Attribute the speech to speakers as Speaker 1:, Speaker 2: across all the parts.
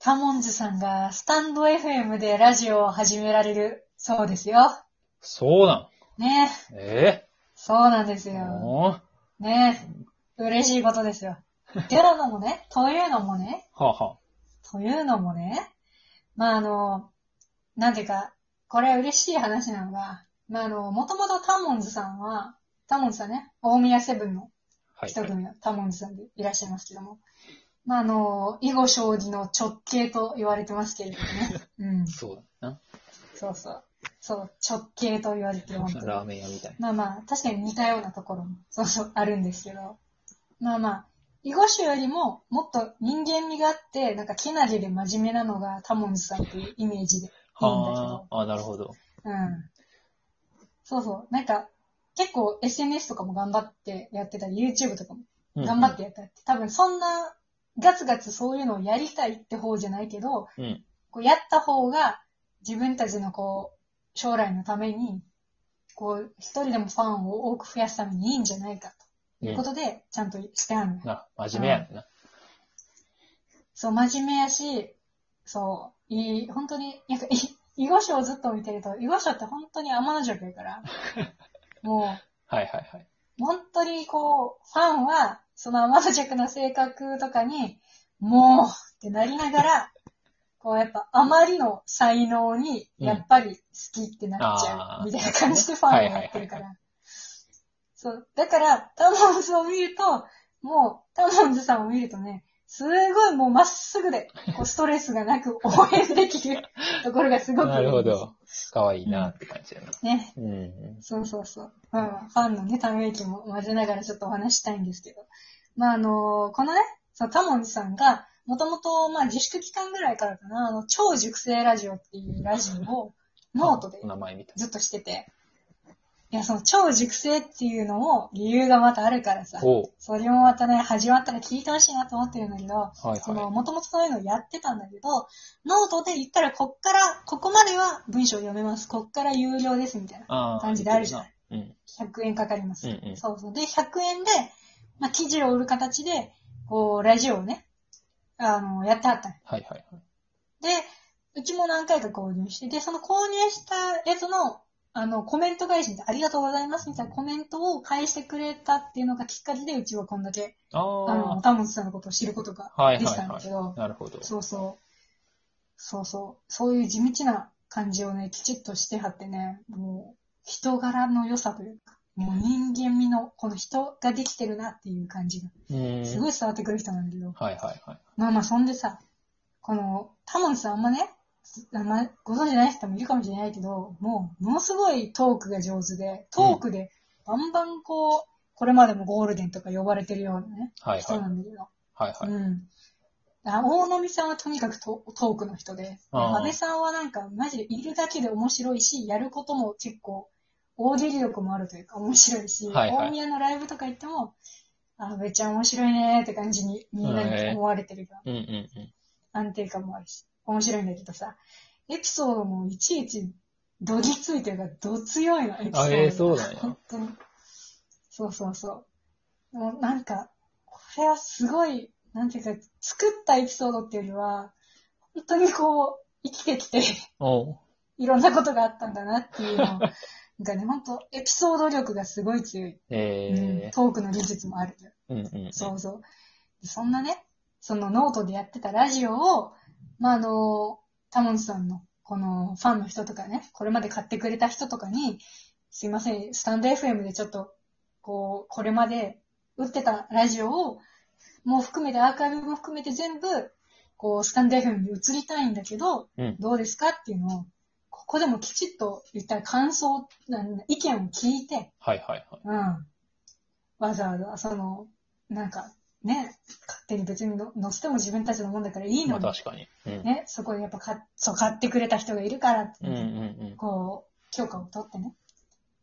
Speaker 1: カモンズさんがスタンド FM でラジオを始められるそうですよ。
Speaker 2: そうなん。
Speaker 1: ね
Speaker 2: え
Speaker 1: そうなんです
Speaker 2: え
Speaker 1: よ。
Speaker 2: もう
Speaker 1: ね嬉しいことですよ。 てなのもね、というのもね、
Speaker 2: はあ、は
Speaker 1: というのもね、まああの、なんていうか、これ嬉しい話なのが、まああの、もともとタモンズさんは、タモンズさんね、大宮セブンの
Speaker 2: あ、はい。
Speaker 1: 一組のタモンズさんでいらっしゃいますけども、まああの、囲碁将棋の直系と言われてますけれども ね。うん。
Speaker 2: そうだ
Speaker 1: そうそう。そう、直系と言われてる、本当
Speaker 2: な。
Speaker 1: に。
Speaker 2: ラーメン屋みたいな。
Speaker 1: まあまあ、確かに似たようなところも、そうそう、あるんですけど。まあまあ、囲碁種よりも、もっと人間味があって、なんか、けなげで真面目なのがタモンズさんというイメージで。
Speaker 2: はあ、あ、なるほど。
Speaker 1: うん。そうそう。なんか、結構 SNS とかも頑張ってやってたり、YouTube とかも
Speaker 2: うん
Speaker 1: 頑張って。やったり、多分そんな、ガツガツそういうのをやりたいって方じゃないけど、
Speaker 2: うん。
Speaker 1: こうやった方が自分たちのこう、将来のために、こう、一人でもファンを多く増やすためにいいんじゃないかと
Speaker 2: う
Speaker 1: いうんこ。とで、ちゃんとしてあるのよ。
Speaker 2: な、真面目やねんな。
Speaker 1: そう、真面目やし、そう、いい、本当に、なんか、い囲碁書をずっと見てると、囲碁書って本当に天の弱や から、も
Speaker 2: はいはいはい。
Speaker 1: う、本当にこう、ファンは、その天の弱な性格とかに、もうってなりながら、こうやっぱ、あまりの才能に、やっぱり好きってなっちゃ
Speaker 2: あ
Speaker 1: う、
Speaker 2: ー
Speaker 1: みたいな感じでファンをやってるから。そう。だから、タモンズを見ると、もう、タモンズさんを見るとね、すごいもうまっすぐで、こうストレスがなく応援できるところがすごくいい
Speaker 2: なるほ
Speaker 1: です
Speaker 2: ど。かわいいなって感じやな。
Speaker 1: ね。
Speaker 2: うん。
Speaker 1: そうそうそう。まあまあ、ファンのね、ため息も混ぜながらちょっとお話ししたいんですけど。まあ、あのこのね、そのタモンズさんが、もともと、まあ、自粛期間ぐらいからかな、あの、超熟成ラジオっていうラジオを、ノートで
Speaker 2: お名前みたい。
Speaker 1: ずっとしてて。いや、その超熟成っていうのも理由がまたあるからさ。
Speaker 2: おう。
Speaker 1: それもまたね、始まったら聞いてほしいなと思ってるんだけど、
Speaker 2: はい
Speaker 1: その、
Speaker 2: は
Speaker 1: もともとそういうのをやってたんだけど、ノートで言ったら、こっから、ここまでは文章読めます。こっから有料です、みたいな。
Speaker 2: い。
Speaker 1: 感じであるじゃない
Speaker 2: い。うん。
Speaker 1: 100円かかります。
Speaker 2: うんうん
Speaker 1: そうそう。で、100円で、まあ、記事を売る形で、こう、ラジオをね、あの、やってはったんよ
Speaker 2: はいはいはい。
Speaker 1: で、うちも何回か購入して、で、その購入したやつの、あの、コメント返しみたいな、ありがとうございますみたいなコメントを返してくれたっていうのがきっかけで、うちはこんだけ、
Speaker 2: あ
Speaker 1: あの、
Speaker 2: あ。
Speaker 1: タモンさんのことを知ることが
Speaker 2: はいはい
Speaker 1: できたんだけど、
Speaker 2: はい。なるほど。
Speaker 1: そうそう。そうそう。そういう地道な感じをね、きちっとしてはってね、もう、人柄の良さというか、もう人間味の、この人ができてるなっていう感じが、
Speaker 2: うん。
Speaker 1: すごい伝わってくる人なんだけど。
Speaker 2: はいはいはい。
Speaker 1: まあまあ、そんでさ、この、タモンさんあんまね、あんまご存知ない人もいるかもしれないけど、もう、ものすごいトークが上手で、トークで、バンバンこう、これまでもゴールデンとか呼ばれてるようなね、
Speaker 2: はいは
Speaker 1: 人
Speaker 2: い。
Speaker 1: なんだけど。
Speaker 2: はいはい。
Speaker 1: うん。あ大野美さんはとにかくトトークの人で、
Speaker 2: あー
Speaker 1: 安倍さんはなんか、マジでいるだけで面白いし、やることも結構、大喜利力もあるというか、面白いし、
Speaker 2: はいはい
Speaker 1: 大宮のライブとか行っても、あ、安倍ちゃん面白いねーって感じにみんなに思われてるから、
Speaker 2: うんうんうん。
Speaker 1: 安定感もあるし、面白いんだけどさ、エピソードもいちいちどぎついというか、ど強いの、エピソードが。
Speaker 2: あ、ええ、そうなんや。
Speaker 1: 本当に。そうそうそう。もうなんか、これはすごい、なんていうか、作ったエピソードっていうよりは、本当にこう、生きてきて、
Speaker 2: おう。
Speaker 1: いろんなことがあったんだなっていうのを、なんかね、本当エピソード力がすごい強い。うん
Speaker 2: ええ。
Speaker 1: トークの技術もある。
Speaker 2: うんうん。
Speaker 1: そうそう。そんなね、そのノートでやってたラジオを、まあ、あの、タモンさんの、このファンの人とかね、これまで買ってくれた人とかに、すいません、スタンド FM でちょっと、こう、これまで打ってたラジオを、もう含めて、アーカイブも含めて全部、こう、スタンド FM に移りたいんだけど、
Speaker 2: うん
Speaker 1: どうですかっていうのを、ここでもきちっと言ったら感想、なん意見を聞いて、
Speaker 2: はいはいはい。
Speaker 1: うん。わざわざ、その、なんか、ね、勝手に別にの載せても自分たちのもんだからいい
Speaker 2: ま
Speaker 1: の
Speaker 2: あ
Speaker 1: に、
Speaker 2: 確かに。うん。
Speaker 1: ね、そこでやっぱ買っそう買ってくれた人がいるからって、
Speaker 2: うんうん
Speaker 1: こう、許可を取ってね。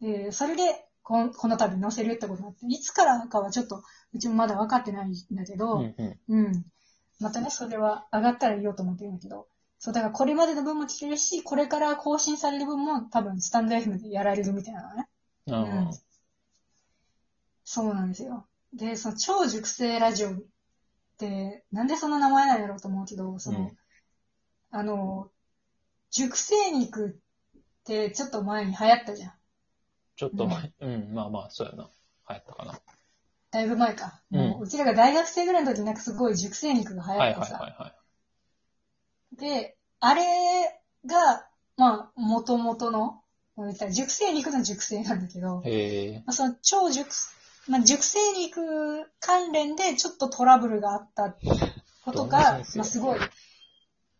Speaker 1: で、それで、こんこの度載せるってことになって、いつからかはちょっと、うちもまだ分かってないんだけ
Speaker 2: うん。
Speaker 1: ど、
Speaker 2: うんうん。
Speaker 1: うん。またね、それは上がったら言おうと思ってるんだけど、そう、だからこれまでの分も聞けるし、これから更新される分も多分スタンド FM でやられるみたいなのね。
Speaker 2: なるほど。
Speaker 1: そうなんですよ。で、その超熟成ラジオって、なんでその名前なんやろうと思うけど、その、
Speaker 2: うん
Speaker 1: あの、熟成肉ってちょっと前に流行ったじゃん。
Speaker 2: ちょっと前、うん、まあまあ、そうやな。流行ったかな。
Speaker 1: だいぶ前か。
Speaker 2: うん
Speaker 1: もううちらが大学生ぐらいの時になんかすごい熟成肉が流
Speaker 2: は
Speaker 1: 行
Speaker 2: い
Speaker 1: っ
Speaker 2: はい
Speaker 1: て
Speaker 2: はい
Speaker 1: さ。
Speaker 2: は
Speaker 1: で、あれが、まあ、元々の、まあ言ったら熟成肉の熟成なんだけど、
Speaker 2: い。へえ。
Speaker 1: まあ、その超熟、まあ、熟成肉関連でちょっとトラブルがあったこと
Speaker 2: どん
Speaker 1: が
Speaker 2: な、先生
Speaker 1: まあ、すごい、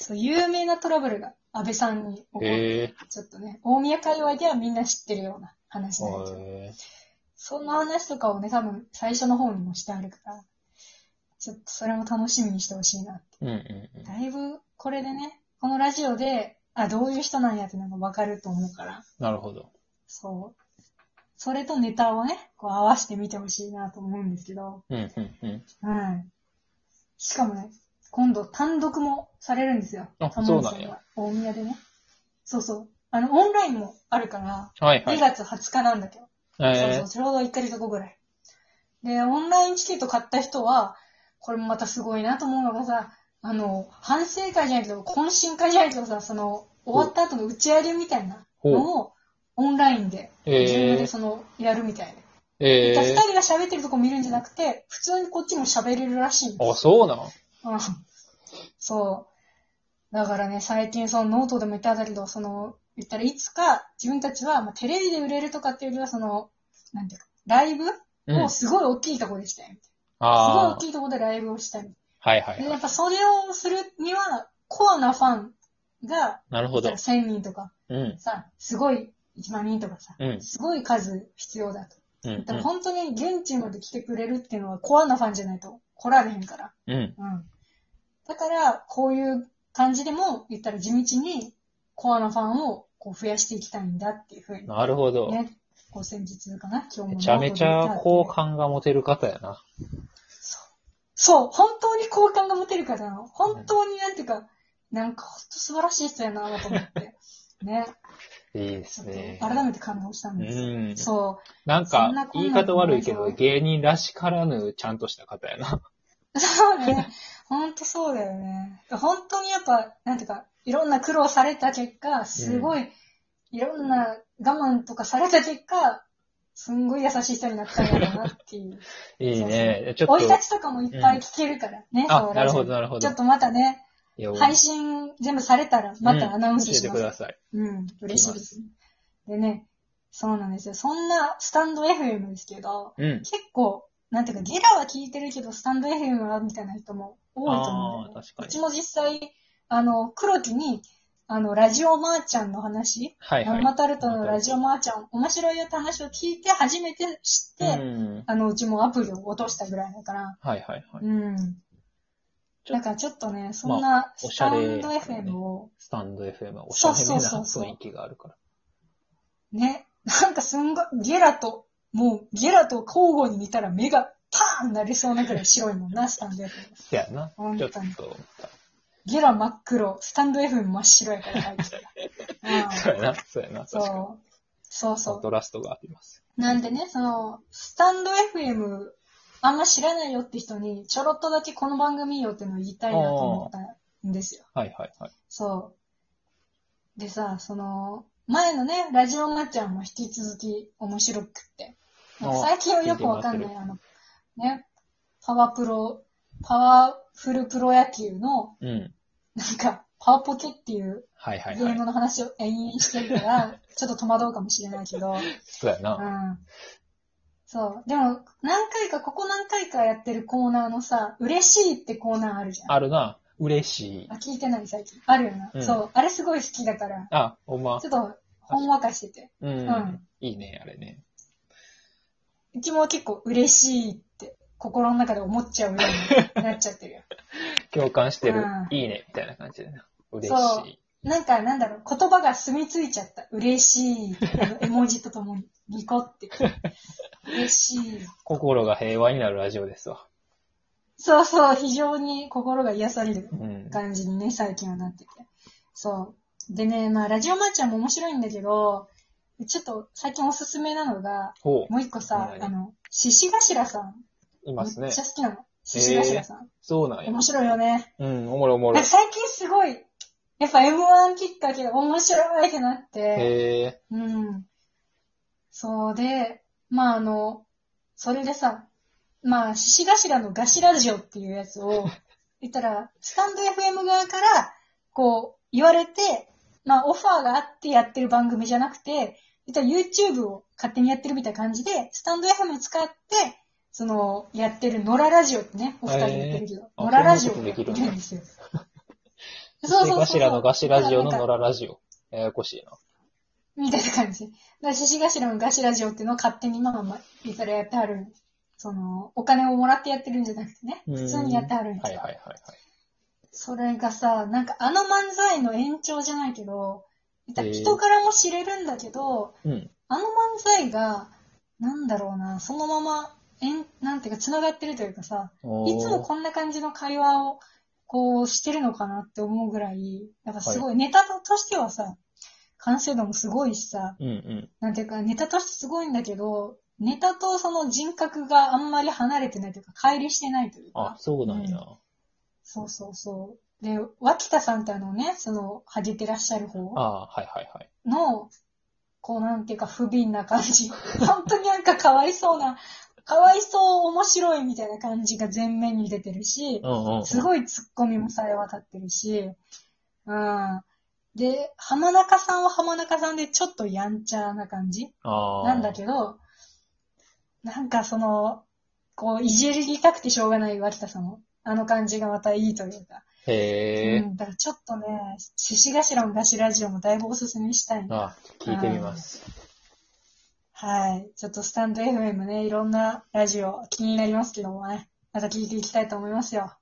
Speaker 1: そう、有名なトラブルが安倍さんに起こって、
Speaker 2: へえ。
Speaker 1: ちょっとね、大宮界隈ではみんな知ってるような話なんだけど、
Speaker 2: へえ
Speaker 1: その話とかをね、多分最初の方にもしてあるから、ちょっとそれも楽しみにしてほしいなって。
Speaker 2: うんうんうん。
Speaker 1: だいぶこれでね、このラジオで、あ、どういう人なんやってなんかわかると思うから、
Speaker 2: なるほど。
Speaker 1: そう。それとネタをね、こう合わせてみてほしいなと思うんですけど、
Speaker 2: うんうんうん。
Speaker 1: うん。しかもね、今度単独もされるんですよ。
Speaker 2: あ
Speaker 1: タモリさ
Speaker 2: そうなん
Speaker 1: が大宮でね。そうそう。あの、オンラインもあるから、
Speaker 2: はいは
Speaker 1: 2
Speaker 2: い。
Speaker 1: 月20日なんだけど、そう
Speaker 2: え
Speaker 1: そう、ちょうど1ヶ月後ぐらい。で、オンラインチケット買った人は、これもまたすごいなと思うのがさ、あの、反省会じゃないけど、懇親会じゃないけどさ、その、終わった後の打ち上げみたいなのを、オンラインで、
Speaker 2: え
Speaker 1: 自分で
Speaker 2: え
Speaker 1: その、やるみたいな。
Speaker 2: え
Speaker 1: だか
Speaker 2: え
Speaker 1: ら二人が喋ってるとこ見るんじゃなくて、普通にこっちも喋れるらしいんで
Speaker 2: あ、
Speaker 1: す
Speaker 2: そうなん。
Speaker 1: うん。そう。だからね、最近そのノートでも言ったんだけど、その、言ったらいつか自分たちは、まあ、テレビで売れるとかっていうよりは、その、なんていうか、ライブ
Speaker 2: うん。
Speaker 1: を
Speaker 2: あ
Speaker 1: すごい大きいとこでしたい。すごい大
Speaker 2: あー。
Speaker 1: きいとこでライブをしたい。
Speaker 2: はいはい
Speaker 1: で、
Speaker 2: は
Speaker 1: や
Speaker 2: い。
Speaker 1: っぱそれをするには、コアなファンが、
Speaker 2: なるほど。
Speaker 1: 1000人とか、
Speaker 2: うん。
Speaker 1: さ、すごい1万人とかさ、
Speaker 2: うん。
Speaker 1: すごい数必要だと。
Speaker 2: うん
Speaker 1: でも本当に現地まで来てくれるっていうのはコアなファンじゃないと来られへんから。
Speaker 2: うん。うん。
Speaker 1: うん。だから、こういう感じでも、言ったら地道にコアなファンをこう増やしていきたいんだっていうふうに、
Speaker 2: なるほど。
Speaker 1: ね、こう先日かな、今日も。
Speaker 2: めちゃめちゃ好。感が持てる方やな。
Speaker 1: そう、本当に好感が持てる方なの。本当になんていうか、なんかほんと素晴らしい人やなと思って。ね、
Speaker 2: いいで
Speaker 1: ちょ
Speaker 2: す
Speaker 1: っと
Speaker 2: ね。
Speaker 1: 改めて感動したん
Speaker 2: う
Speaker 1: です。
Speaker 2: ん。
Speaker 1: そ
Speaker 2: なん
Speaker 1: そ
Speaker 2: か
Speaker 1: んな、こん
Speaker 2: 言
Speaker 1: ないん
Speaker 2: 方悪いけ
Speaker 1: な
Speaker 2: ど、
Speaker 1: いけ
Speaker 2: 芸人らしからぬちゃんとした 方やな。
Speaker 1: う。そうね。本当そうだよね。本当にやっぱ、なんていうか、いろんな苦労された結果、すごい、いろんな我慢とかされた結果、すんごい優しい人になったんやろうなっていう。
Speaker 2: いいね。 ちょ
Speaker 1: 追
Speaker 2: っ
Speaker 1: い
Speaker 2: と。
Speaker 1: 立ちとかもいっぱい聞けるからね。
Speaker 2: あ
Speaker 1: そ、う
Speaker 2: な
Speaker 1: ラ
Speaker 2: る
Speaker 1: ジオ
Speaker 2: ほど、なるほ
Speaker 1: ち
Speaker 2: ど
Speaker 1: ょっ。とまたね、
Speaker 2: いや
Speaker 1: 配信全部されたら、またアナウンス
Speaker 2: 教え
Speaker 1: してま
Speaker 2: く
Speaker 1: す。
Speaker 2: ださい。
Speaker 1: うん、嬉しいですね。でね、そうなんですよ。そんなスタンド FM ですけど、
Speaker 2: うん。
Speaker 1: 結構、なんていうか、ゲラは聞いてるけど、スタンド FM はみたいな人も多いと思うんだよね
Speaker 2: あー確かに
Speaker 1: うちも実際、あの、黒木に、あの、ラジオマーちゃんの話、
Speaker 2: はいはい。
Speaker 1: 生タルトのラジオマーちゃん、面白いよって話を聞いて、初めて知って、
Speaker 2: うん。はい
Speaker 1: あの、うちもアプリを落としたぐらいだから、
Speaker 2: はいはい。
Speaker 1: うん。
Speaker 2: ちょ
Speaker 1: だからちょっとね、そんな、
Speaker 2: お
Speaker 1: ス
Speaker 2: し
Speaker 1: タ
Speaker 2: ゃ
Speaker 1: ン
Speaker 2: れ
Speaker 1: ド FM を、
Speaker 2: スタンド FM はおしゃ
Speaker 1: そう
Speaker 2: れ
Speaker 1: そう
Speaker 2: な
Speaker 1: そうそう
Speaker 2: 雰囲気があるから。
Speaker 1: ね、なんかすんごい、ゲラと、もう、ゲラと交互に見たら目がパーンなりそうなくらい白いもんな、スタンド FM。
Speaker 2: せやな。
Speaker 1: 本
Speaker 2: ち
Speaker 1: 当
Speaker 2: ょ
Speaker 1: に
Speaker 2: っと。
Speaker 1: ゲラ真っ黒、スタンド F 真っ白やから入ってた。うん
Speaker 2: そうやな、そうやな。
Speaker 1: そ
Speaker 2: 確かに。
Speaker 1: う。そう
Speaker 2: コン
Speaker 1: そ
Speaker 2: トラストがあります。
Speaker 1: う。なんでね、その、スタンド FM あんま知らないよって人に、ちょろっとだけこの番組いいよっていうのを言いたいなと思ったんですよ。
Speaker 2: はいはいはい。
Speaker 1: そう。でさ、その、前のね、ラジオなっちゃんも引き続き面白くって。なんか最近はよくわかんない、あの、ね、パワープロ、パワフルプロ野球の、
Speaker 2: うん。
Speaker 1: なんか、パワポケっていう
Speaker 2: はいはい
Speaker 1: ゲ
Speaker 2: は
Speaker 1: ー
Speaker 2: い。
Speaker 1: ムの話を延々してる から、ちょっと戸惑うかもしれないけど、
Speaker 2: そうや
Speaker 1: う
Speaker 2: な。
Speaker 1: ん。そう。でも、何回か、ここ何回かやってるコーナーのさ、嬉しいってコーナーあるじゃん。あ、
Speaker 2: あるな。嬉しい。
Speaker 1: 聞いてない最近。あるよな、
Speaker 2: うん
Speaker 1: そう。あれすごい好きだから、
Speaker 2: あ、ほんま
Speaker 1: ち。ょっと、ほんわかしてて。
Speaker 2: う
Speaker 1: うん
Speaker 2: ん。いいね、あれね。
Speaker 1: うちも結構嬉しいって、心の中で思っちゃうよ うになっちゃってるよ。
Speaker 2: 共感してる
Speaker 1: うん。
Speaker 2: いいね、みたいな感じでな。嬉
Speaker 1: そう
Speaker 2: しい。
Speaker 1: なんか、なんだろう、言葉が住み着いちゃった。嬉しい。あの絵文字とともに、ニコ って。嬉しい。
Speaker 2: 心が平和になるラジオですわ。
Speaker 1: そうそう、非常に心が癒される
Speaker 2: うん。
Speaker 1: 感じにね、最近はなってて。そう。でね、まあ、ラジオマーちゃんも面白いんだけど、ちょっと最近おすすめなのが、
Speaker 2: ほう。
Speaker 1: もう一個さ、
Speaker 2: はい
Speaker 1: あの、獅子頭さん。
Speaker 2: い
Speaker 1: め
Speaker 2: ますね
Speaker 1: っち。ゃ好きなの。獅子頭さん。
Speaker 2: そうなんや
Speaker 1: 面。白いよね。
Speaker 2: うん、おもろいおも
Speaker 1: なん
Speaker 2: ろい
Speaker 1: か。最近すごい、やっぱ M1 きっかけで面白いってなって、
Speaker 2: へえ。
Speaker 1: うん。そうで、まああの、それでさ、まあ、獅子頭のガシラジオっていうやつ を、言ったら、スタンド FM 側から、こう、言われて、まあ、オファーがあってやってる番組じゃなくて、言ったら YouTube を勝手にやってるみたいな感じで、スタンド FM 使って、その、やってる野良ラジオってね、お二人言ってるけど、
Speaker 2: へ
Speaker 1: 野
Speaker 2: ー
Speaker 1: 良ラジオって
Speaker 2: あこんな
Speaker 1: や
Speaker 2: こと
Speaker 1: って
Speaker 2: で
Speaker 1: る
Speaker 2: きるんだ
Speaker 1: んですよ。そうそうそう
Speaker 2: ガ
Speaker 1: そ
Speaker 2: シ
Speaker 1: う。
Speaker 2: ラのガシラジオの野良ラジオ。ややこしいな。
Speaker 1: みたいな感じ。だから、獅子頭のガシラジオっていうのを勝手にまあまあ、いたらやってはる。その、お金をもらってやってるんじゃなくてね、
Speaker 2: うん
Speaker 1: 普通にやってはるんや
Speaker 2: はいはいはいはい。
Speaker 1: それがさ、なんかあの漫才の延長じゃないけど、
Speaker 2: えー
Speaker 1: 人からも知れるんだけど、
Speaker 2: うん。
Speaker 1: あの漫才が、なんだろうな、そのまま、えん、なんていうか、繋がってるというかさ、
Speaker 2: おー
Speaker 1: いつもこんな感じの会話を、こう、してるのかなって思うぐらい、なんかすごい、ネタとしてはさ、完成度もすごいしさ、
Speaker 2: うんうん。
Speaker 1: なんていうか、ネタとしてすごいんだけど、ネタとその人格があんまり離れてないというか、乖離してないというか。
Speaker 2: あ、そうなんや。
Speaker 1: そうそうそう。で、脇田さんってあのね、その、ハゲてらっしゃる方
Speaker 2: あーはいはいはい。
Speaker 1: の、こうなんていうか不憫な感 じ。本当になんかかわいそうな、かわいそう面白いみたいな感じが前面に出てるし、
Speaker 2: うんうんうん。
Speaker 1: すごいツッコミもさえ渡ってるし、うん。で、浜中さんは浜中さんでちょっとやんちゃな感じ
Speaker 2: あー
Speaker 1: なんだけど、なんかその、こう、いじりたくてしょうがない脇田さんも、あの感じがまたいいというか。
Speaker 2: へえ
Speaker 1: う。ん、だからちょっとね、獅子頭のガシラジオもだいぶおすすめしたいな。
Speaker 2: あ、聞いてみます。
Speaker 1: はい。ちょっとスタンド FM ね、いろんなラジオ気になりますけどもね、また聞いていきたいと思いますよ。